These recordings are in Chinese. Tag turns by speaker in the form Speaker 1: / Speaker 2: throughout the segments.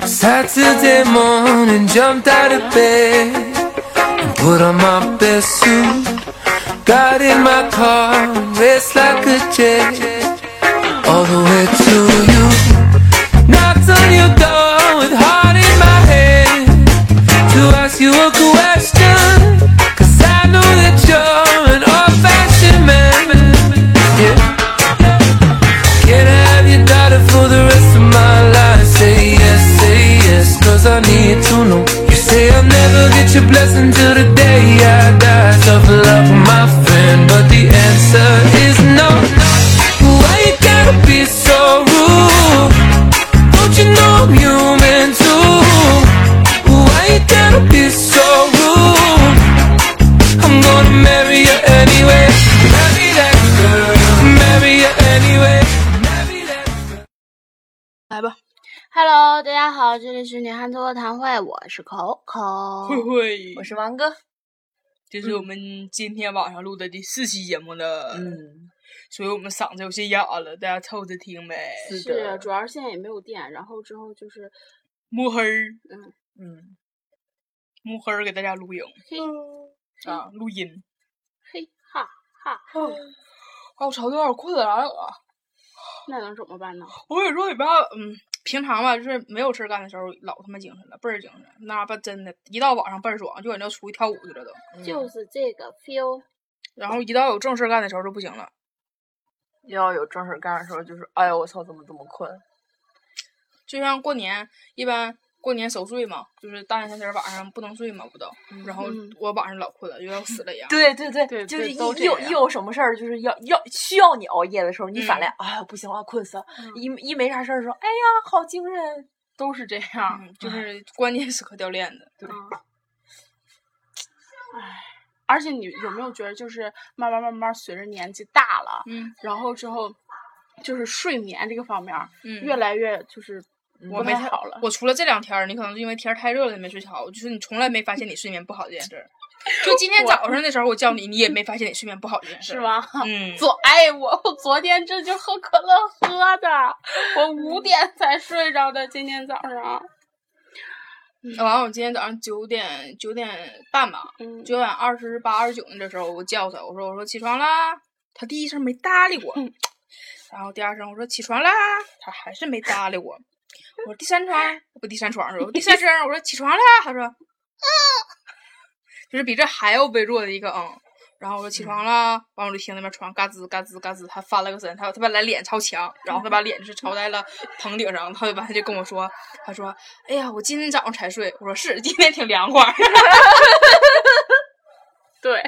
Speaker 1: Saturday morning, jumped out of bed and put on my best suit. Got in my car and raced like a jet all the way to you. Knocked on your door with heart in my head to ask you a question. Cause I know that you're an old fashioned man. Yeah. Can I have your daughter for the rest of my life? Say yes, say yes, cause I need to know. You say I'll never get your blessing till the day I die. Tough luck, my friend, but the answer is no. Why you gotta be so rude? Don't you know I'm human too? Why you gotta be so rude? I'm gonna marry you anyway. Marry that girl, marry you anyway. Marry that girl.
Speaker 2: 来吧，
Speaker 3: Hello，大家好，这里是女汉子座谈会，我是口口，
Speaker 2: 慧
Speaker 4: 哦
Speaker 2: 慧，
Speaker 3: 我是王哥。
Speaker 2: 这是我们今天晚上录的第四期节目了，
Speaker 1: Mm.
Speaker 4: 嗯，
Speaker 2: 所以我们嗓子有些哑了，大家凑着听呗。
Speaker 4: 是
Speaker 5: 是啊，
Speaker 4: 的，
Speaker 5: 主要是现在也没有电，然后之后就是
Speaker 2: 摸黑儿，
Speaker 4: 嗯，
Speaker 2: 摸黑儿给大家录影
Speaker 5: 嘿
Speaker 2: 啊，录音。
Speaker 5: 嘿哈哈，
Speaker 2: 啊，我操，都有点困了，来了。
Speaker 5: 那能怎么办呢？
Speaker 2: 我跟你说，你不要，嗯，平常吧，就是没有事儿干的时候，老他妈精神了，倍儿精神。那吧，真的，一到晚上倍儿爽，就感觉出去跳舞去了都。
Speaker 5: 就是这个 feel，
Speaker 2: 然后一到有正事儿干的时候就不行了。
Speaker 4: 要有正事儿干的时候，就是哎呦我操，怎么这么困？
Speaker 2: 就像过年一般，过年守岁嘛，就是大年三十儿晚上不能睡嘛，不都？然后
Speaker 5: 嗯
Speaker 2: 我晚上老困了，就要死了一样。
Speaker 4: 对对对，
Speaker 5: 对
Speaker 4: 就是
Speaker 5: 对
Speaker 4: 一
Speaker 5: 都
Speaker 4: 一
Speaker 5: 这
Speaker 4: 有
Speaker 5: 样
Speaker 4: 一有什么事儿，就是要要需要你熬夜的时候，你
Speaker 2: 嗯
Speaker 4: 反来，哎呀不行啊，困死了。一一没啥事儿的时候，哎呀好精神，都是这样。
Speaker 2: 嗯，就是关键时刻掉链子。
Speaker 5: 而且你有没有觉得，就是慢慢慢慢随着年纪大了，
Speaker 2: 嗯
Speaker 5: 然后之后就是睡眠这个方面儿
Speaker 2: 嗯，
Speaker 5: 越来越就是
Speaker 2: 我
Speaker 5: 不
Speaker 2: 没
Speaker 5: 太
Speaker 2: 太
Speaker 5: 好了。
Speaker 2: 我除了这两天儿，你可能是因为天儿太热了你没睡好，就是你从来没发现你睡眠不好这件事儿。就今天早上的时候，我叫你，你也没发现你睡眠不好这件事儿。
Speaker 5: 是？吗？
Speaker 2: 嗯，
Speaker 5: 昨哎，我我昨天这就喝可乐喝的，我五点才睡着的，今天早上。
Speaker 2: 完了，我今天早上九点九点半吧，
Speaker 5: 嗯，
Speaker 2: 九点二十八、二十九那个时候，我叫他，我说我说起床啦，他第一声没搭理我，然后第二声我说起床啦，他还是没搭理我，我说第三床不第三床是吧？第三声我说起床啦，他说嗯， 就是比这还要微弱的一个嗯。然后我说起床啦，完我就听那边床嘎吱嘎吱嘎吱，他翻了个身，他他把来脸朝墙，然后他把脸就是朝在了棚顶上，他就完他就跟我说，他说哎呀，我今天早上才睡，我说是今天挺凉快儿。
Speaker 5: 对，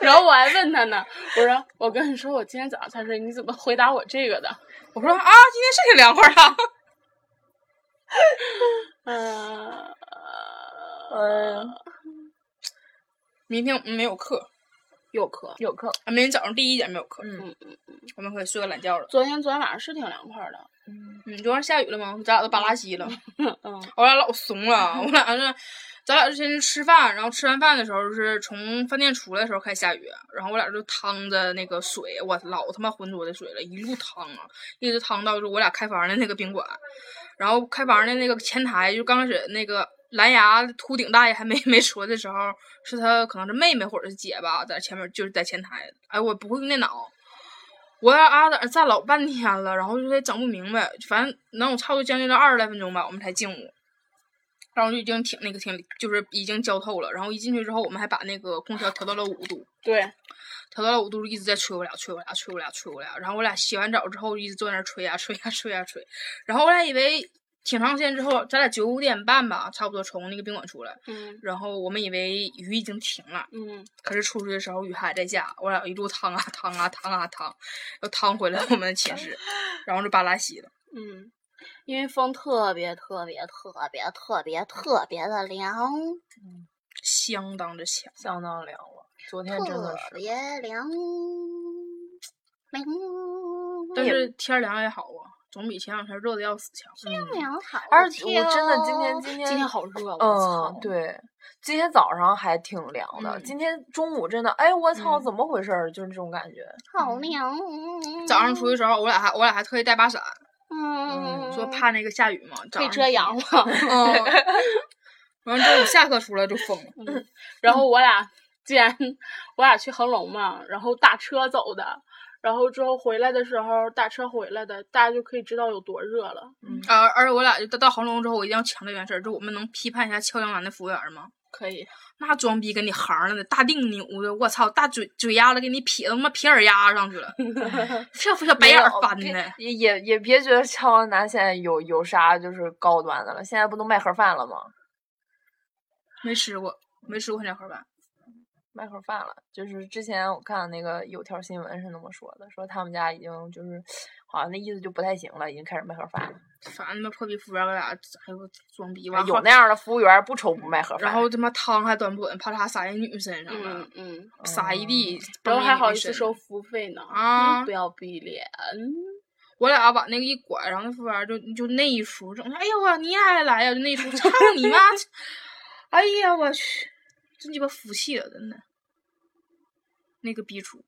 Speaker 5: 然后我还问他呢，我说我跟你说，我今天早上才睡，你怎么回答我这个的？
Speaker 2: 我说啊，今天是挺凉快啊。
Speaker 5: 嗯，
Speaker 4: 嗯，
Speaker 2: 明天我们没有课，
Speaker 5: 有课。
Speaker 4: 有课，
Speaker 2: 啊，明天早上第一节没有课，
Speaker 4: 嗯
Speaker 2: 我们可以睡个懒觉了。
Speaker 5: 昨天昨天晚上是挺凉快的，
Speaker 2: 嗯，昨天下雨了吗？咱俩都巴拉稀了，
Speaker 5: 嗯
Speaker 2: 我俩老怂了。我俩是，咱俩是先是吃饭，然后吃完饭的时候就是从饭店出来的时候开始下雨，然后我俩就趟着那个水，我老他妈浑浊的水了，一路趟啊，一直趟到就我俩开房的那个宾馆，然后开房的那个前台，就刚开始那个蓝牙秃顶大爷还没 没说的时候，是他可能是妹妹或者是姐吧，在前面就是在前台。哎，我不会用电脑，我俩啊在那站老半天了，然后就得整不明白，反正能有差不多将近到二十来分钟吧，我们才进屋。然后就已经挺那个挺就是已经浇透了，然后一进去之后，我们还把那个空调调到了五度，
Speaker 5: 对，
Speaker 2: 调到了五度一直在吹我俩，吹我俩，吹我俩，吹我俩。然后我俩洗完澡之后一直坐在那儿吹呀、 吹呀、吹呀、吹。然后我俩以为挺长时间之后，咱俩九点半吧，差不多从那个宾馆出来。
Speaker 5: 嗯
Speaker 2: 然后我们以为雨已经停了，
Speaker 5: 嗯，
Speaker 2: 可是出去的时候雨还在下，我俩一路趟啊趟啊趟啊趟，又趟回了我们寝室，然后就巴拉稀了。
Speaker 5: 嗯，
Speaker 3: 因为风特别特别特别特别特别的凉，
Speaker 2: 相当之强，
Speaker 4: 相当凉了。昨天真
Speaker 3: 特
Speaker 4: 的是，
Speaker 3: 别凉，凉
Speaker 2: 但是天儿凉也好啊，总比前两天热的要死强。
Speaker 5: 啊
Speaker 4: 嗯，
Speaker 3: 凉好
Speaker 4: 而且
Speaker 3: 天
Speaker 4: 我真的今天今天
Speaker 5: 哦今天好热，我操
Speaker 4: 嗯，，对，今天早上还挺凉的，
Speaker 2: 嗯
Speaker 4: 今天中午真的，哎我操，
Speaker 2: 嗯
Speaker 4: 怎么回事儿？就是这种感觉。
Speaker 3: 好凉。
Speaker 2: 早上出去的时候，我俩还我俩还特意带把伞，
Speaker 5: 嗯，
Speaker 2: 说怕那个下雨嘛，
Speaker 5: 可以
Speaker 2: 长
Speaker 5: 遮阳嘛。
Speaker 2: 嗯，然后之后下课出来就疯 了，
Speaker 5: 然后我俩既然我俩去恒隆嘛，然后打车走的，然后之后回来的时候打车回来的，大家就可以知道有多热了。
Speaker 2: 而呃而且我俩就到到恒隆之后，我一定要强调一件事儿，就我们能批判一下敲江南的服务员吗？
Speaker 5: 可以，
Speaker 2: 那装逼跟你行了的，大腚扭的，我操，大嘴嘴丫子给你撇他妈撇耳丫上去 了，这小白
Speaker 4: 没
Speaker 2: 眼儿
Speaker 4: 有
Speaker 2: 翻
Speaker 4: 别
Speaker 2: 的。
Speaker 4: 也也也别觉得乔安南现在有有啥就是高端的了，现在不都卖盒饭了吗？
Speaker 2: 没吃过，没吃过那盒饭。
Speaker 4: 卖盒饭了，就是之前我看那个有条新闻是那么说的，说他们家已经就是好像那意思就不太行了，已经开始卖盒饭了。
Speaker 2: 反正他妈破逼服务员搁俩还有装逼
Speaker 5: 哎
Speaker 2: 吧，
Speaker 4: 有那样的服务员儿不愁不卖盒饭，
Speaker 2: 然后他妈汤还端不稳，啪嚓撒人女身上了，
Speaker 5: 嗯嗯，
Speaker 2: 撒一地，
Speaker 5: 然后
Speaker 2: 崩
Speaker 5: 还
Speaker 2: 一
Speaker 5: 好
Speaker 2: 女
Speaker 5: 意思
Speaker 2: 身
Speaker 5: 收服务费呢
Speaker 2: 啊
Speaker 5: 不要逼脸。
Speaker 2: 我俩往那个一拐，然后那服务员就就那一出整的，哎呀我你也爱来呀，就那一出，操你妈！ 哎呀我去，真鸡巴服气了，真的。那个逼出，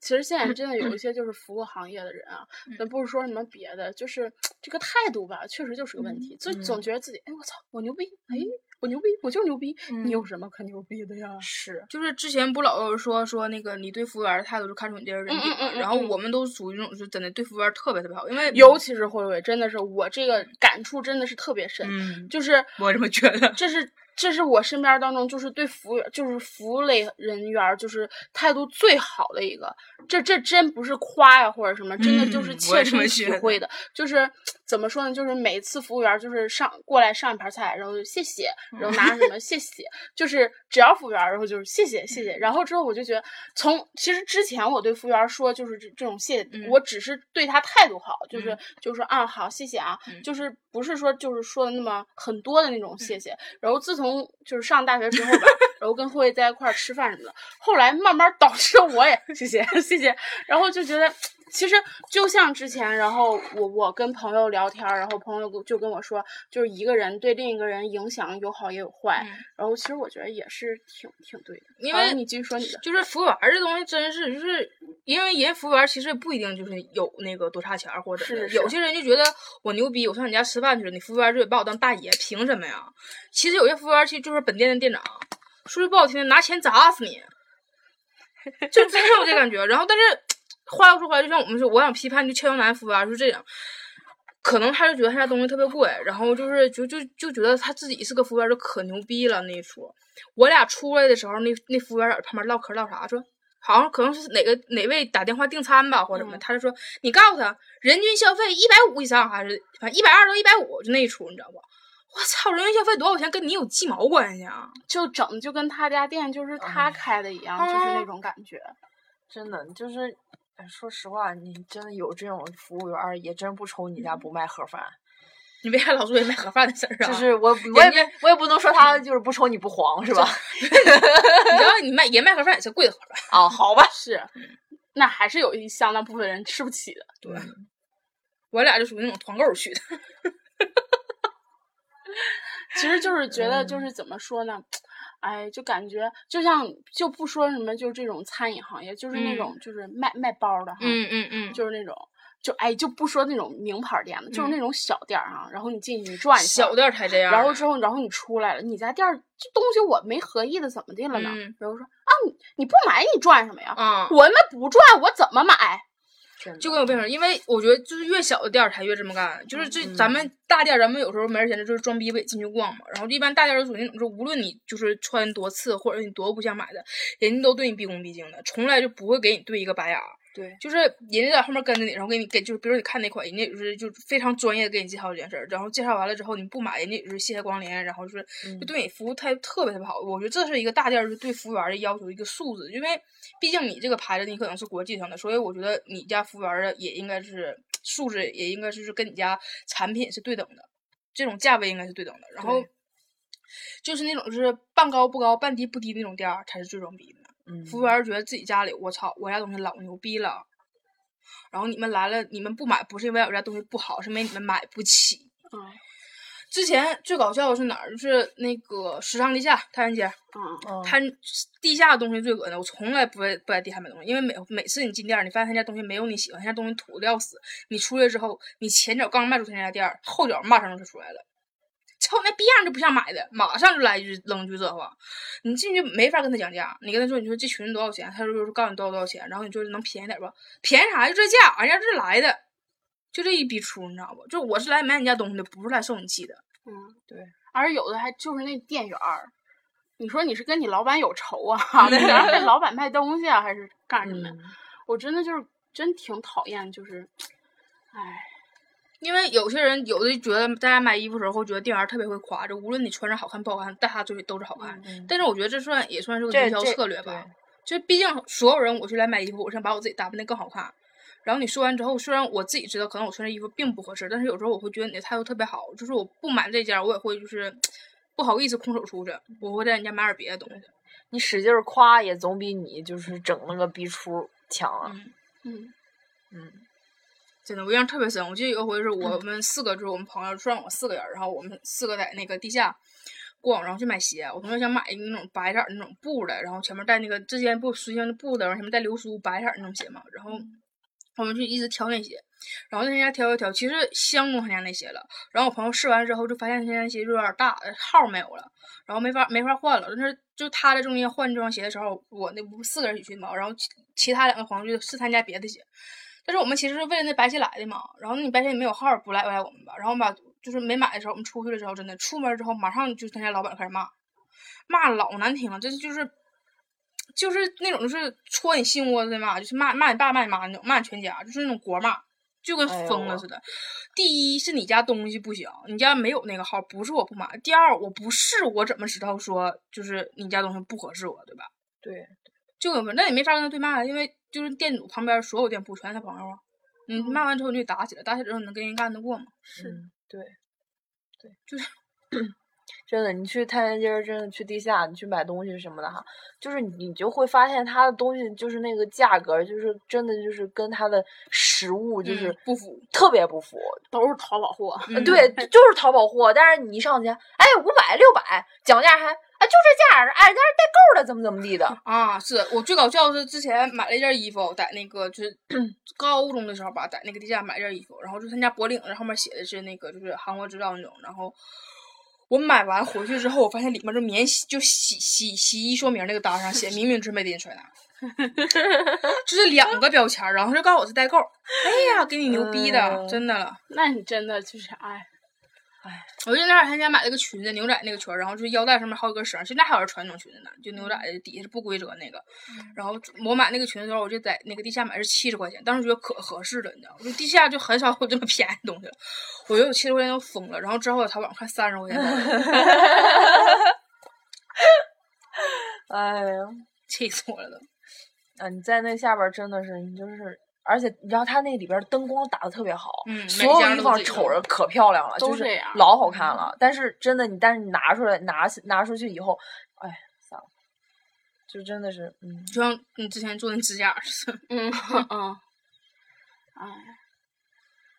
Speaker 5: 其实现在真的有一些就是服务行业的人啊，咱不是说什么别的，就是这个态度吧，确实就是个问题。就总觉得自己，哎，我操，我牛逼，哎，我牛逼，我就牛逼，你有什么可牛逼的呀？
Speaker 4: 是
Speaker 2: 就是之前不老有说说那个你对服务员的态度就看出你这人人
Speaker 5: 嗯
Speaker 2: 品
Speaker 5: 嗯
Speaker 2: 了，
Speaker 5: 嗯嗯
Speaker 2: 然后
Speaker 5: 嗯
Speaker 2: 我们都属于那种就真的对服务员特别特别好，因为
Speaker 5: 尤其是慧慧，真的是我这个感触真的是特别深，
Speaker 2: 嗯，
Speaker 5: 就是
Speaker 2: 我这么觉得，
Speaker 5: 这是这是我身边儿当中就是对服务员就是服务类人员儿就是态度最好的一个，这这真不是夸呀或者什么，真的就是
Speaker 2: 嗯我也
Speaker 5: 切
Speaker 2: 这么
Speaker 5: 身
Speaker 2: 觉
Speaker 5: 体
Speaker 2: 得
Speaker 5: 会的，就是怎么说呢，就是每次服务员儿就是上过来上一盘菜，然后就谢谢，
Speaker 2: 嗯
Speaker 5: 然后拿什么谢谢，就是只要服务员儿，然后就是谢谢谢
Speaker 2: 嗯
Speaker 5: 谢，然后之后我就觉得从其实之前我对服务员儿说就是这这种谢谢，
Speaker 2: 嗯
Speaker 5: 我只是对他态度好，就是、
Speaker 2: 嗯
Speaker 5: 就是说啊好谢谢啊，
Speaker 2: 嗯
Speaker 5: 就是不是说就是说的那么很多的那种谢谢，然后自从就是上大学之后 吧，然后跟慧慧在一块儿吃饭什么的，后来慢慢导致我也 谢谢谢谢，然后就觉得其实就像之前，然后我我跟朋友聊天儿，然后朋友跟就跟我说，就是一个人对另一个人影响有好也有坏，
Speaker 2: 嗯
Speaker 5: 然后其实我觉得也是挺挺对的。
Speaker 2: 因
Speaker 5: 好
Speaker 2: 为
Speaker 5: 像你继续说你的，
Speaker 2: 就是服务员儿这东西真是，就是因为人服务员儿其实也不一定就是有那个多差钱儿或者
Speaker 5: 是
Speaker 2: 的
Speaker 5: 是
Speaker 2: 有些人就觉得我牛逼，我上你家吃饭去了，你服务员儿就得把我当大爷，凭什么呀？其实有些服务员儿其实就是本店的店长，说句不好听的，拿钱砸死你，就真是有这感觉。然后但是话又说回来，就像我们说，我想批判就俏江南服务员儿是这样。可能他就觉得他家东西特别贵，然后就是就就就觉得他自己是个服务员儿就可牛逼了那一说，我俩出来的时候，那那服务员在旁边唠嗑唠啥，说好像可能是哪个哪位打电话订餐吧，或者
Speaker 5: 嗯
Speaker 2: 什么，他就说你告诉他人均消费一百五以上还是反正一百二到一百五就那一出，你知道不？我操，人均消费多少钱跟你有鸡毛关系啊？哎
Speaker 5: 就整的就跟他家店就是他开的一样，就是那种感觉。
Speaker 4: 真的就是，哎说实话，你真的有这种服务员儿，也真不愁你家不卖盒饭。
Speaker 2: 你别还老说人卖盒饭的事儿啊！
Speaker 4: 就是我我也
Speaker 2: 人家
Speaker 4: 我也不能说他就是不愁你不黄 是吧？
Speaker 2: 你知道你卖也卖盒饭也是贵的盒饭，
Speaker 5: 哦
Speaker 4: 啊，好吧，
Speaker 5: 是，那还是有一相当部分人吃不起 的。
Speaker 2: 对。我俩就属于那种团购去的，
Speaker 5: 其实就是觉得就是怎么说呢？哎，就感觉就像就不说什么，就是这种餐饮行业，就是那
Speaker 2: 嗯
Speaker 5: 种就是卖、卖包儿的哈，
Speaker 2: 嗯嗯
Speaker 5: 就是那种就哎就不说那种名牌儿店了，就是
Speaker 2: 嗯
Speaker 5: 那种小店儿啊，然后你进去你转一下
Speaker 2: 小。店儿才这样。
Speaker 5: 然后之后，然后你出来了，你家店儿这东西我没合意的，怎么的了呢？
Speaker 2: 嗯
Speaker 5: 然后说啊，你你不买你赚什么呀？
Speaker 2: 啊，
Speaker 5: 我们不赚，我怎么买？
Speaker 2: 就跟我变成，因为我觉得就是越小的店儿才越这么干，就是这咱们大店儿，咱们有时候没人闲着就是装逼不也进去逛嘛。然后一般大店儿都属于那种，就无论你就是穿多次，或者你多不想买的，人家都对你毕恭毕敬的，从来就不会给你对一个白眼儿。
Speaker 4: 对，
Speaker 2: 就是人家在后面跟着你，然后给你给就是，比如你看哪款，人家也是就是非常专业的给你介绍这件事儿，然后介绍完了之后你不买，人家也是谢谢光临，然后就是
Speaker 4: 嗯
Speaker 2: 就对你服务态度特别特别好。我觉得这是一个大店儿就对服务员儿的要求一个素质，因为毕竟你这个牌子你可能是国际上的，所以我觉得你家服务员儿的也应该是素质也应该是跟你家产品是对等的，这种价位应该是对等的。然后
Speaker 4: 对
Speaker 2: 就是那种就是半高不高半低不低那种店儿才是最装逼的。
Speaker 4: 嗯
Speaker 2: 服务员儿觉得自己家里，我操，我家东西老牛逼了。然后你们来了，你们不买不是因为我家东西不好，是因为你们买不起。
Speaker 5: 嗯，
Speaker 2: 之前最搞笑的是哪儿？就是那个时尚地下太原街，
Speaker 5: 嗯，
Speaker 4: 嗯
Speaker 2: 他地下的东西最恶心，我从来不在不在地下买东西，因为每每次你进店儿，你发现他家东西没有你喜欢，他家东西土的要死。你出去之后，你前脚刚迈出他家店儿，后脚骂声就出来了。瞅那逼样儿就不像买的，马上就来一句冷句这话。你进去没法跟他讲价，你跟他说，你说这裙子多少钱，他就说告诉你多少多少钱，然后你就能便宜点儿吧，便宜啥就这价，俺家这来的，就这一逼出，你知道不？就我是来买你家东西的，不是来受你气的。
Speaker 5: 而有的还就是那店员儿，你说你是跟你老板有仇
Speaker 2: 嗯
Speaker 5: 啊？ 你让这老板卖东西啊，还是干什么呀？
Speaker 4: 嗯
Speaker 5: 我真的就是真挺讨厌，就是，唉，
Speaker 2: 因为有些人有的觉得大家买衣服时候会觉得店员特别会夸，就无论你穿上好看不好看，但他就是都是好看。
Speaker 4: 嗯
Speaker 2: 但是我觉得这算也算是个
Speaker 4: 这
Speaker 2: 营销
Speaker 4: 这
Speaker 2: 策略吧
Speaker 4: 对。
Speaker 2: 就毕竟所有人我是来买衣服，我是想把我自己打扮的更好看。然后你说完之后，虽然我自己知道可能我穿这衣服并不合适，但是有时候我会觉得你的态度特别好，就是我不买这件，我也会就是不好意思空手出去，我会在人家买点别的东西。
Speaker 4: 你使劲儿夸也总比你就是整那个逼出强啊。
Speaker 2: 嗯，
Speaker 5: 嗯，
Speaker 4: 嗯
Speaker 2: 真的，我印象特别深。我记得有一回是我们四个，就是我们朋友，算我四个人，然后我们四个在那个地下逛，然后去买鞋。我同学想买一个那种白色儿的那种布的，然后前面带那个之前不实际上布的，然后前面带流苏白色儿那种鞋嘛。然后我们就一直挑那鞋，然后在人家挑一挑，其实相中他家那鞋了。然后我朋友试完之后就发现他家那鞋有点大，号儿没有了，然后没法没法换了。但是就他在中间换这双鞋的时候，我那不四个人一起去嘛，然后其其他两个朋友就试他家别的鞋。但是我们其实是为了那白鞋来的嘛，然后那白鞋也没有号儿，不赖不赖我们吧。然后我们把就是没买的时候，我们出去了之后，真的出门之后，马上就他家老板开始骂，骂老难听了，这就是就是那种就是戳你心窝子的骂，就是骂骂你爸骂你妈那种，骂你全家，就是那种国骂，就跟
Speaker 4: 哎呦
Speaker 2: 疯了
Speaker 4: 我
Speaker 2: 似的。第一是你家东西不行，你家没有那个号儿，不是我不买；第二我不试，我怎么知道说就是你家东西不合适我，对吧？
Speaker 4: 对，
Speaker 2: 就有那也没法跟他对骂呀，因为就是店主旁边所有店铺全是他朋友啊。你
Speaker 4: 哦
Speaker 2: 骂完之后你就打起来，打起来之后你能跟人干得过吗？
Speaker 5: 是
Speaker 4: 嗯，对，对，
Speaker 2: 就是
Speaker 4: 真的，你去太原街儿，真的去地下，你去买东西什么的哈，就是你就会发现它的东西就是那个价格儿，就是真的就是跟它的实物就是
Speaker 2: 嗯不符，
Speaker 4: 特别不符。呃
Speaker 5: 都是淘宝货，
Speaker 2: 嗯
Speaker 4: 对，就是淘宝货，但是你一上去，哎，五百六百，讲价还哎就这价儿，哎，但是代购的怎么怎么地 的，
Speaker 2: 啊，是我最搞笑的是之前买了一件衣服，在那个就是 高中的时候吧，在那个地下买件衣服，然后就他家脖领子后面写的是那个就是韩国制造那种，然后我买完回去之后，我发现里面就免洗就洗洗洗衣说明那个单上写明明是 Made in China，就是两个标签儿，然后就告诉我是代购，哎呀，给你牛逼的，
Speaker 4: 嗯
Speaker 2: 真的了。
Speaker 5: 那你真的就是唉，
Speaker 2: 我就在那儿他家买了个裙子，牛仔那个裙儿，然后就是腰带上面好几根绳儿，现在还有人穿那种裙子呢，就牛仔的底下是不规则那个。然后我买那个裙子的时候，我就在那个地下买是七十块钱，当时觉得可合适了，你知道吗？就地下就很少有这么便宜的东西了，我觉得我七十块钱都疯了。然后之后在淘宝上看三十块钱的，
Speaker 4: 哎呀。
Speaker 2: 气死我了都。
Speaker 4: 啊，你在那下边儿真的是，你就是，而且你知道它那里边儿灯光打的特别好，
Speaker 2: 嗯每
Speaker 4: 所
Speaker 2: 家都
Speaker 4: 有地
Speaker 2: 自
Speaker 4: 方
Speaker 2: 己
Speaker 4: 瞅
Speaker 2: 弄
Speaker 4: 着可漂亮了，
Speaker 5: 都
Speaker 4: 就是
Speaker 5: 这样
Speaker 4: 老
Speaker 2: 嗯
Speaker 4: 好看了。但是真的你，但是你拿出来拿拿出去以后，哎，算了，就真的是，嗯，
Speaker 2: 就像你之前做那指甲似的，
Speaker 5: 嗯嗯，唉，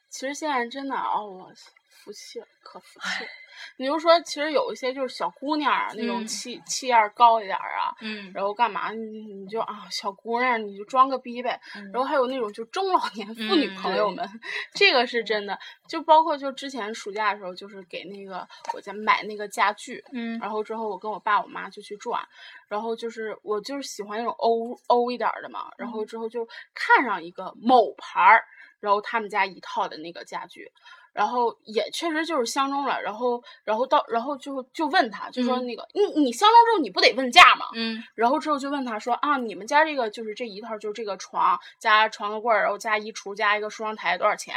Speaker 5: 其实现在真的啊，我服气了，可服气了。你就说，其实有一些就是小姑娘啊，那种
Speaker 2: 哎嗯
Speaker 5: 气气焰儿高一点儿啊，
Speaker 2: 嗯，
Speaker 5: 然后干嘛你你就啊小姑娘你就装个逼呗，
Speaker 4: 嗯
Speaker 5: 然后还有那种就中老年妇女
Speaker 2: 嗯
Speaker 5: 朋友们，这个是真的，就包括就之前暑假的时候，就是给那个我家买那个家具，
Speaker 2: 嗯
Speaker 5: 然后之后我跟我爸我妈就去转，然后就是我就是喜欢那种欧欧一点儿的嘛，然
Speaker 2: 嗯
Speaker 5: 后之后就看上一个某牌儿，然后他们家一套的那个家具，然后也确实就是相中了，然后然后到然后就就问他，就说
Speaker 2: 嗯
Speaker 5: 那个、你你相中之后你不得问价吗？
Speaker 2: 嗯
Speaker 5: 然后之后就问他说啊，你们家这个就是这一套就是这个床加床头柜儿，然后加衣橱加一个梳妆台多少钱？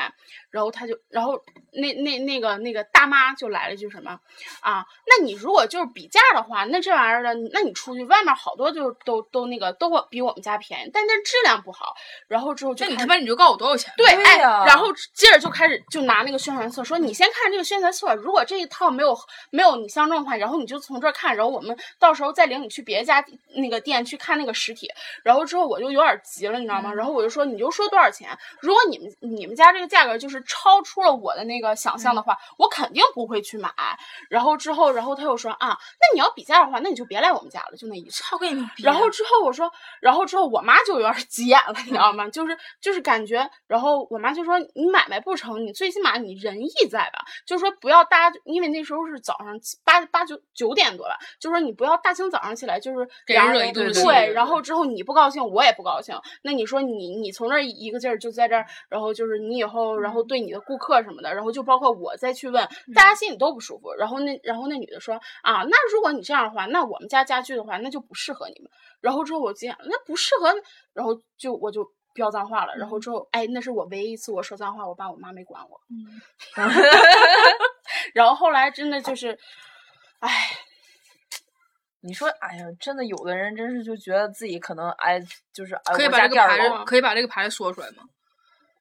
Speaker 5: 然后他就然后那那那个那个大妈就来了一句什么啊，那你如果就是比价的话，那这玩意儿的，那你出去外面好多就都都那个都会比我们家便宜，但这质量不好。然后之后就
Speaker 2: 那你
Speaker 5: 开
Speaker 2: 他妈你就告诉我多少钱？
Speaker 5: 对，
Speaker 4: 对
Speaker 5: 哎，
Speaker 4: 呀
Speaker 5: 然后接着就开始就拿那个宣宣传册，说你先看这个宣传册，如果这一套没有没有你相中的话，然后你就从这儿看，然后我们到时候再领你去别家那个店去看那个实体。然后之后我就有点急了，你知道吗？然后我就说你就说多少钱，如果你们你们家这个价格就是超出了我的那个想象的话，我肯定不会去买。然后之后，然后他又说啊，那你要比价的话，那你就别来我们家了，就那意思。
Speaker 2: 操给你啊逼的！
Speaker 5: 然后之后我说，然后之后我妈就有点儿急眼了，你知道吗？就是就是感觉，然后我妈就说你买卖不成，你最起码你仁义在吧？就说不要大家，因为那时候是早上七八八九九点多吧，就说你不要大清早上起来就是
Speaker 2: 给
Speaker 5: 两
Speaker 2: 人
Speaker 5: 个
Speaker 2: 惹一肚
Speaker 5: 人
Speaker 2: 子气
Speaker 5: 对，然后之后你不高兴，我也不高兴。那你说你你从这儿一个劲儿就在这儿，然后就是你以后然后对你的顾客什么的，然后就包括我再去问，大家心里都不舒服。然后那然后那女的说啊，那如果你这样的话，那我们家家具的话，那就不适合你们。然后之后我心想，那不适合，然后就我就飙脏话了。然后之后，哎，那是我唯一一次我说脏话，我爸我妈没管我。然后后来真的就是， 哎，
Speaker 4: 你说，哎呀，真的，有的人真是就觉得自己可能，哎，就是哎，
Speaker 2: 可以
Speaker 4: 我
Speaker 2: 把
Speaker 4: 家
Speaker 2: 这个
Speaker 4: 店儿
Speaker 2: 牌
Speaker 4: 高
Speaker 2: 子，可以把这个牌子说出来吗？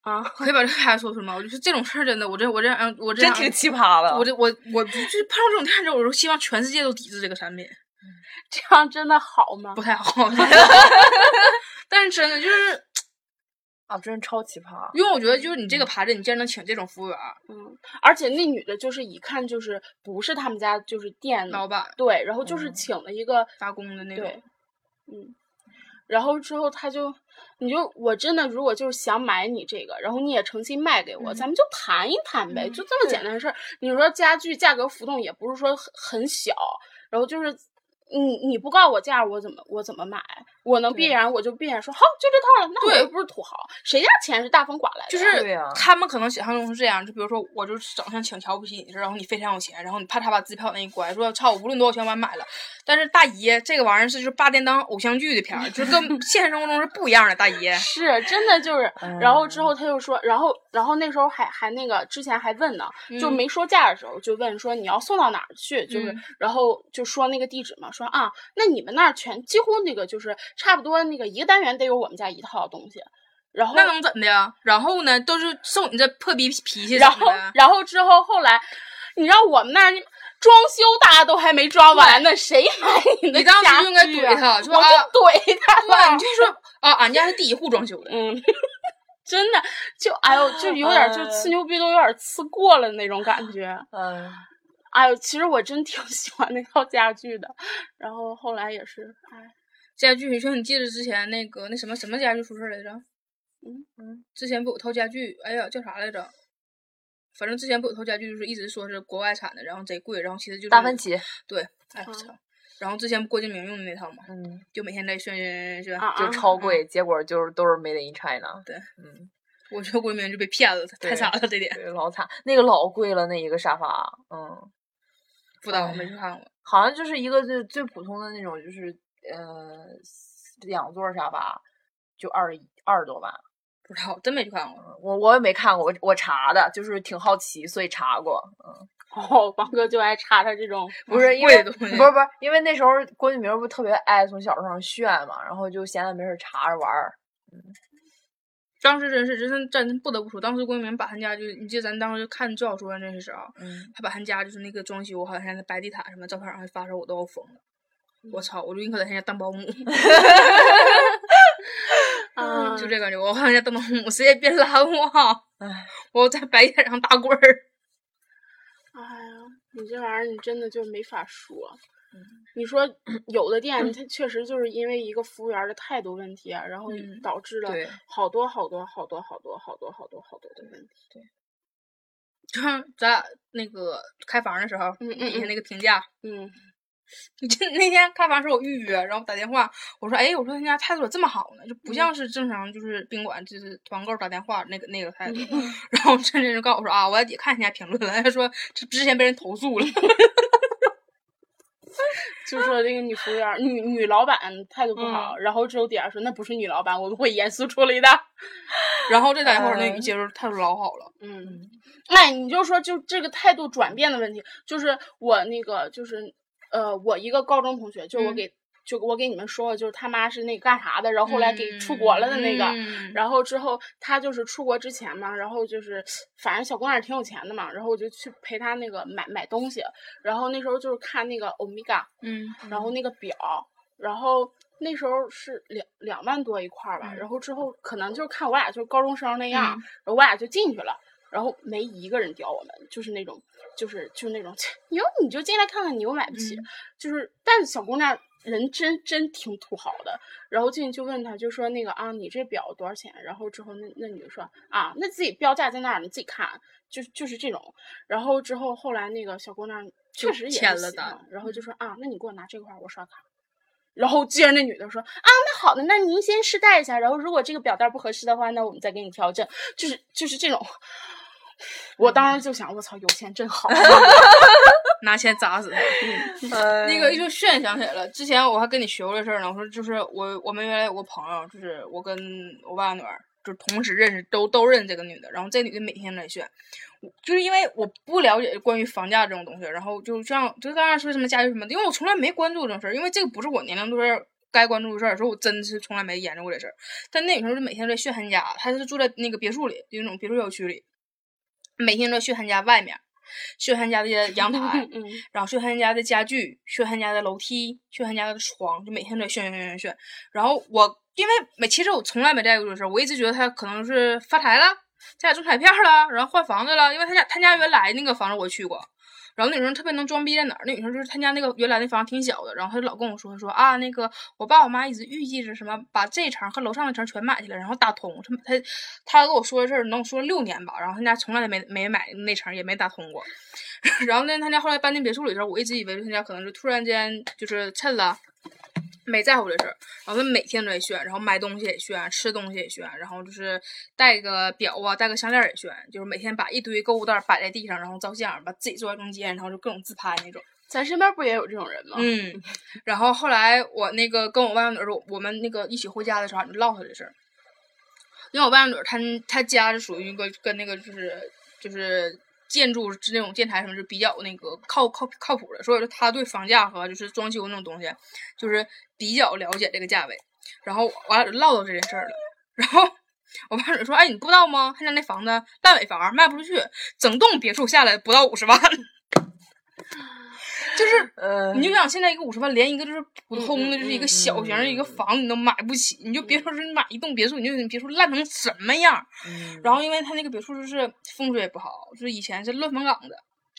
Speaker 2: 啊，可以把这个牌子说出来吗？我就是这种事儿，真的，我这我这样，我这
Speaker 4: 真
Speaker 2: 样，
Speaker 4: 挺奇葩的。
Speaker 2: 我这我我就是碰上这种店之后，我就希望全世界都抵制这个产品，
Speaker 5: 这样真的好吗
Speaker 2: 不？太好。 但是真的就是，
Speaker 4: 啊，真是超奇葩。
Speaker 2: 因为我觉得就是你这个牌子，你既然能请这种服务员儿、
Speaker 5: 嗯，而且那女的就是一看就是不是他们家就是店
Speaker 2: 老板、
Speaker 5: 对，然后就是
Speaker 4: 嗯
Speaker 5: 请了一个
Speaker 2: 打工的
Speaker 5: 嗯
Speaker 2: 那
Speaker 5: 对
Speaker 2: 种，
Speaker 5: 然后之后他就，你就我真的如果就是想买你这个，然后你也诚心卖给我，咱们就谈一谈呗，
Speaker 2: 嗯
Speaker 5: 就这么简单的事儿。你说家具价格浮动也不是说很很小，然后就是你你不告我价，我怎么我怎么买？我能
Speaker 4: 对
Speaker 5: 必然我就必然说好就这套了，那我
Speaker 2: 对
Speaker 5: 又不是土豪，谁家钱是大风刮来的？
Speaker 2: 就
Speaker 4: 对
Speaker 2: 是
Speaker 4: 呀
Speaker 2: 他们可能想象中是这样，就比如说我就整像挺瞧不起你似的，然后你非常有钱，然后你啪嚓把支票那一关，说操，我无论多少钱我把它买了。但是大爷这个玩意儿是就是把电当偶像剧的片儿，就是跟现实生活中是不一样的。大爷，
Speaker 5: 是真的就是，然后之后他就说，然后然后那时候还还那个之前还问呢，就
Speaker 2: 嗯
Speaker 5: 没说价的时候就问说你要送到哪儿去，就是
Speaker 2: 嗯
Speaker 5: 然后就说那个地址嘛，说啊，那你们那儿全几乎那个就是差不多那个一个单元得有我们家一套东西，然后
Speaker 2: 那能怎的呀？然后呢，都是受你这破逼脾气
Speaker 5: 然
Speaker 2: 什
Speaker 5: 后
Speaker 2: 么的。
Speaker 5: 然后之后后来，你让我们那儿装修大家都还没装完呢，谁买你的
Speaker 2: 你当时
Speaker 5: 家
Speaker 2: 就应该
Speaker 5: 具
Speaker 2: 怼
Speaker 5: 啊
Speaker 2: 他说
Speaker 5: 我
Speaker 2: 啊
Speaker 5: 就怼他
Speaker 2: 哇，
Speaker 5: 了
Speaker 2: 你就，说啊，俺家是第一户装修的，
Speaker 5: 嗯， 真的就哎呦，就有点儿就
Speaker 2: 哎
Speaker 5: 呲牛逼都有点儿呲过了那种感 觉。
Speaker 4: 嗯，
Speaker 5: 哎呦，其实我真挺 喜欢那套家具的，然后后来也是，哎，
Speaker 2: 家具，你说你记得之前那个那什么什么家具出事儿来着？
Speaker 5: 嗯
Speaker 2: 嗯，之前不有套家具，哎呀叫啥来着？反正之前不有套家具，就是一直说是国外产的，然后贼贵，然后其实就是
Speaker 4: 达芬。奇，
Speaker 2: 对，哎我操！然后之前郭敬明用的那套嘛，
Speaker 4: 嗯，
Speaker 2: 就每天在炫炫炫。
Speaker 5: 啊
Speaker 4: 哎就
Speaker 5: 啊
Speaker 2: 嗯
Speaker 4: 超贵，结果就是都是 Made in China。
Speaker 2: 对，
Speaker 4: 嗯，
Speaker 2: 我觉得郭敬明就被骗了，太
Speaker 4: 对
Speaker 2: 惨了，这点
Speaker 4: 对，老惨，那个老贵了，那一个沙发，嗯，
Speaker 2: 不知道，我没去看过。
Speaker 4: 好像就是一个最最普通的那种，就是呃两座沙发，就二十二十多万。
Speaker 2: 不知道，真没去看过。
Speaker 4: 我我也没看过，我我查的，就是挺好奇，所以查过。
Speaker 5: 哦，王哥就爱查他这种，
Speaker 4: 不是因
Speaker 2: 啊贵
Speaker 4: 为
Speaker 2: 的
Speaker 4: 不
Speaker 2: 东
Speaker 4: 是
Speaker 2: 西
Speaker 4: 不是，因为那时候郭敬明不特别爱从小上炫嘛，然后就闲着没事儿查着玩儿。
Speaker 2: 当时真是，真是真不得不说，当时郭敬明把他家就，你记得咱当时看《最好说》那时候，
Speaker 4: 嗯，
Speaker 2: 他把他家就是那个装修，好像是白地毯什么照片往外发的时候，我都要疯了。
Speaker 5: 嗯
Speaker 2: 我操！我就宁可在他家当保姆，
Speaker 5: 啊，
Speaker 2: 就这感觉。我在他家当保姆，谁也别拦我
Speaker 4: 唉。
Speaker 2: 我在白地毯上打滚儿。
Speaker 5: 哎呀，你这玩意儿你真的就没法说。
Speaker 4: 嗯
Speaker 5: 你说有的店，它确实就是因为一个服务员儿的态度问题啊，然后
Speaker 2: 嗯
Speaker 5: 导致了
Speaker 4: 对
Speaker 5: 好多好多好多好多好多好多好多的问题。
Speaker 2: 就像咱俩那个开房的时候，
Speaker 5: 嗯嗯
Speaker 2: 底下
Speaker 5: 嗯
Speaker 2: 那个评价，
Speaker 5: 嗯，
Speaker 2: 你就那天开房时候我预约，然后打电话，我说哎，我说人家态度咋这么好呢？就
Speaker 5: 嗯
Speaker 2: 不像是正常就是宾馆就是团购打电话那个那个
Speaker 5: 嗯
Speaker 2: 态度。 然后真真就告诉我说啊，我也看人家评论了，他说这之前被人投诉了。
Speaker 5: 就说这个女服务员儿、女女老板态度不好，
Speaker 4: 嗯
Speaker 5: 然后之后底下说那不是女老板，我们会严肃处理的。
Speaker 2: 然后这打电话那
Speaker 4: 嗯
Speaker 2: 语气就是态度老好了，
Speaker 5: 嗯，哎，你就说就这个态度转变的问题，就是我那个就是呃，我一个高中同学，就我
Speaker 2: 嗯
Speaker 5: 给、就我给你们说，就是他妈是那个干啥的，然后后来给出国了的那个。
Speaker 2: 嗯
Speaker 5: 然后之后他就是出国之前嘛，然后就是反正小姑娘也挺有钱的嘛，然后我就去陪她那个买买东西，然后那时候就是看那个欧米伽，
Speaker 2: 嗯
Speaker 5: 然后那个表，然后那时候是两两万多一块儿吧，然后之后可能就是看我俩就是高中生那样，
Speaker 2: 嗯
Speaker 5: 然后我俩就进去了，然后没一个人屌我们，就是那种就是就是那种， 切你要你就进来看看，你又买不起，
Speaker 2: 嗯
Speaker 5: 就是但是小姑娘。人真真挺土豪的，然后进去就问他，就说那个啊，你这表多少钱？然后之后那那女的说啊，那自己标价在那儿，你自己看，就就是这种。然后之后后来那个小姑娘
Speaker 2: 就
Speaker 5: 确实也
Speaker 2: 签
Speaker 5: 是
Speaker 2: 了嗯
Speaker 5: 喜
Speaker 2: 单
Speaker 5: 欢然后就说啊，那你给我拿这块儿，我刷卡。然后接着那女的说啊，那好的，那您先试戴一下，然后如果这个表带不合适的话，那我们再给你调整，就是就是这 种。我当
Speaker 2: 嗯
Speaker 5: 时就想，我操，有钱真 好。
Speaker 2: 拿钱砸死他。 嗯那
Speaker 4: 那
Speaker 2: 个就炫想起来了，之前我还跟你学过这事儿呢。我说就是我我们原来有个朋友，就是我跟我爸女儿就同时认识，都都认识这个女的。然后这女的每天都在炫，我就是因为我不了解关于房价这种东西，然后就像就刚才说什么家具什么的，因为我从来没关注这种事儿，因为这个不是我年龄段儿该关注的事儿，所以我真是从来没研究过这事儿。但那女生就每天都在炫她家，她是住在那个别墅里，就那种别墅小区里，每天都在炫她家外面，炫她家的阳台。
Speaker 5: 嗯，
Speaker 2: 然后炫他家的家具，炫他家的楼梯，炫他家的床，就每天都在炫炫炫炫炫。然后我因为没，其实我从来没在意过这事儿，我一直觉得他可能是发财了，家里中彩票了，然后换房子了，因为他家他家原来那个房子我去过。然后那女生特别能装逼在哪儿？那女生就是她家那个原来那房挺小的，然后她就老跟我说说啊，那个我爸我妈一直预计着什么把这层和楼上的层全买下来，然后打通。她她她跟我说这事儿能说了六年吧，然后她家从来没没买那层，也没打通过。然后呢，他家后来搬进别墅里的时候，我一直以为他家可能是突然间就是趁了，没在乎这事儿。然后他每天都在炫，然后买东西也炫，吃东西也炫，然后就是戴个表啊，戴个项链儿也炫，就是每天把一堆购物袋儿摆在地上，然后照相，把自己坐在中间，然后就各种自拍那种。
Speaker 5: 咱身边不也有这种人吗？
Speaker 2: 嗯，然后后来我那个跟我外甥女儿，我们那个一起回家的时候，俺就唠她这事儿。因为我外甥女儿她她家是属于一个跟那个就是就是建筑是那种建材什么是比较那个靠靠靠谱的，所以说她对房价和就是装修那种东西，就是比较了解这个价位。然后我俩就唠到这件事儿了，然后。我外甥女儿说：“哎，你不知道吗？他家那房子烂尾房卖不出去，整栋别墅下来不到五十万， 就是
Speaker 4: 呃，
Speaker 2: 你就想现在一个五十万，连一个就是普通的，
Speaker 5: 嗯
Speaker 2: 就是一个小型儿的一个房子你都买不起，你就别说是买一栋别墅，你就你别墅烂成什么样儿。
Speaker 4: 嗯
Speaker 2: 然后因为他那个别墅就是风水也不好，就是以前是乱坟岗的，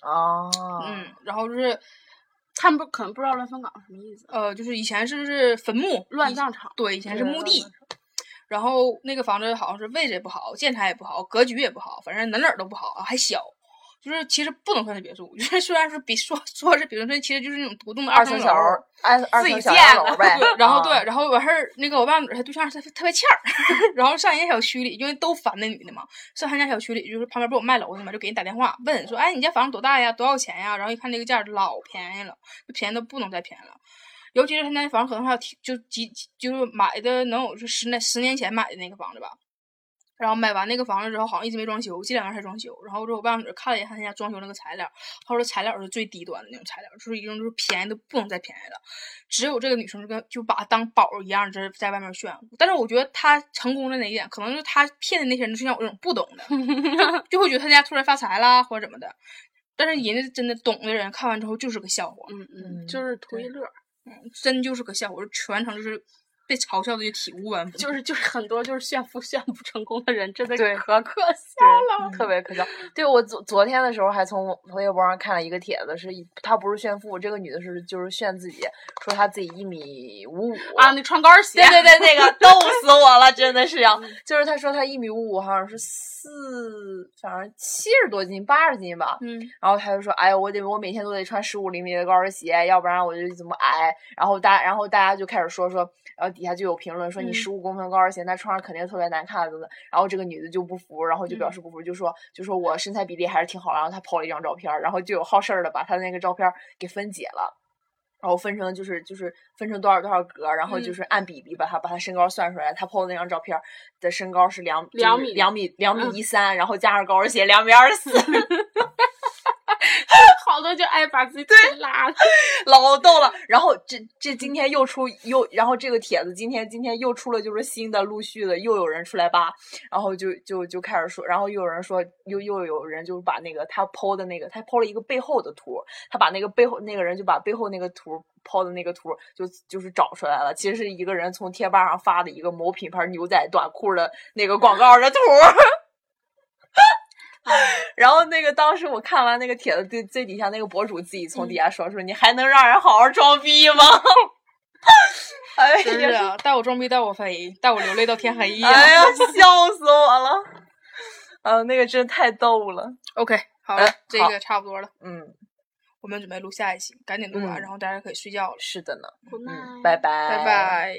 Speaker 4: 啊，
Speaker 2: 嗯，然后就是
Speaker 5: 他们不可能不知道乱坟岗什么意思，
Speaker 2: 呃，就是以前是是坟墓
Speaker 5: 乱，
Speaker 2: 以
Speaker 5: 葬场。
Speaker 2: 对，以前是
Speaker 5: 对
Speaker 2: 墓
Speaker 5: 乱
Speaker 2: 地
Speaker 5: 葬。
Speaker 2: 然后那个房子好像是位置也不好，建材也不好，格局也不好，反正哪哪儿都不好，还小。就是其实不能算是别墅， 就是虽然是比说说是别墅，但其实就是那种独栋的
Speaker 4: 二
Speaker 2: 层楼。
Speaker 4: 层小楼，二二
Speaker 5: 自己
Speaker 4: 层小
Speaker 5: 建
Speaker 4: 二楼
Speaker 5: 的
Speaker 4: 呗
Speaker 2: 然后 对
Speaker 4: 啊，，
Speaker 2: 然后完事儿，那个我爸女儿她对象特特别欠儿， 然后上人家小区里，因为都烦那女的嘛，上他家小区里，就是旁边不有卖楼的嘛，就给人打电话问说，哎，你家房子多大呀？多少钱呀？然后一看这个价儿老便宜了，就便宜到不能再便宜了。尤其是他那房可能还有提就几就是买的能有是十年十年前买的那个房子吧，然后买完那个房子之后，好像一直没装修，这两年才装修。然后之后我爸女儿看了一眼他家装修那个材料，他说材料是最低端的那种材料，就是已经就是便宜的不能再便宜了。只有这个女生就跟就把它当宝儿一样，在在外面炫。但是我觉得她成功的哪一点，可能是她骗的那些人，就像我这种不懂的，就会觉得她家突然发财啦或者怎么的。但是人家真的懂的人看完之后就是个笑话，嗯
Speaker 5: 嗯
Speaker 4: 嗯
Speaker 5: 嗯，就是图一乐儿，
Speaker 2: 真就是个笑话，就全程就是被嘲笑的就体无完肤。
Speaker 5: 就是就是 很多就是炫富炫不成功的人，真的
Speaker 4: 对
Speaker 5: 可可笑了。
Speaker 4: 对，特别可笑。对我昨昨天的时候还从微博上看了一个帖子，是一她不是炫富，这个女的是就是炫自己，说她自己一米五五
Speaker 5: 啊，那穿高跟鞋，
Speaker 4: 对对对，那 个逗死我了，真的是要，嗯就是她说她一米五五，好像是四，反正七十多斤，八十斤吧。
Speaker 2: 嗯，
Speaker 4: 然后她就说，哎呀，我得我每天都得穿十五厘米的高跟鞋，要不然我就怎么矮。然后大然后大家就开始说说，然后底下就有评论说你
Speaker 2: 嗯
Speaker 4: 十五公分高跟鞋，那穿上肯定特别难看怎么的。然后这个女的就不服，然后就表示不服，就说就说我身材比例还是挺好。然后她抛了一张照片儿，然后就有好事儿的把她的那个照片儿给分解了。然后分成就是就是分成多少多少格儿，然后就
Speaker 2: 嗯
Speaker 4: 是按比例把她把她身高算出来。她 PO 的那张照片儿的身高是两
Speaker 5: 两
Speaker 4: 米
Speaker 5: 米
Speaker 4: 两米两米
Speaker 5: 嗯
Speaker 4: 一三，然后加上高跟鞋两米二四。
Speaker 5: 好多生就爱把自己腿拉了。
Speaker 4: 嗯老逗了。然后这这今天又出又，然后这个帖子今天今天又出了，就是新的陆续的又有人出来扒，然后就就就开始说，然后又有人说又又有人就把那个他剖的那个他剖了一个背后的图，他把那个背后那个人就把背后那个图。抛的那个图就就是找出来了，其实是一个人从贴吧上发的一个某品牌牛仔短裤的那个广 告的图。
Speaker 2: 啊
Speaker 4: 然后那个当时我看完那个帖子，最最底下那个博主自己
Speaker 2: 嗯
Speaker 4: 从底下说说：“你还能让人好好装逼吗？” 哎
Speaker 2: 真
Speaker 4: 呀，
Speaker 2: 是带我装逼带我飞，带我流泪到天黑呀、
Speaker 4: 哎呀，笑死我了！ 嗯，那个真的太逗了。
Speaker 2: OK，好了，
Speaker 4: 哎
Speaker 2: 这
Speaker 4: 好
Speaker 2: 个差不多了，
Speaker 4: 嗯，
Speaker 2: 我们准备录下一期，赶紧录完，
Speaker 4: 嗯
Speaker 2: 然后大家可以睡觉了，
Speaker 4: 是的呢。
Speaker 3: Good
Speaker 4: 嗯，
Speaker 3: night
Speaker 4: 拜拜，
Speaker 2: 拜拜。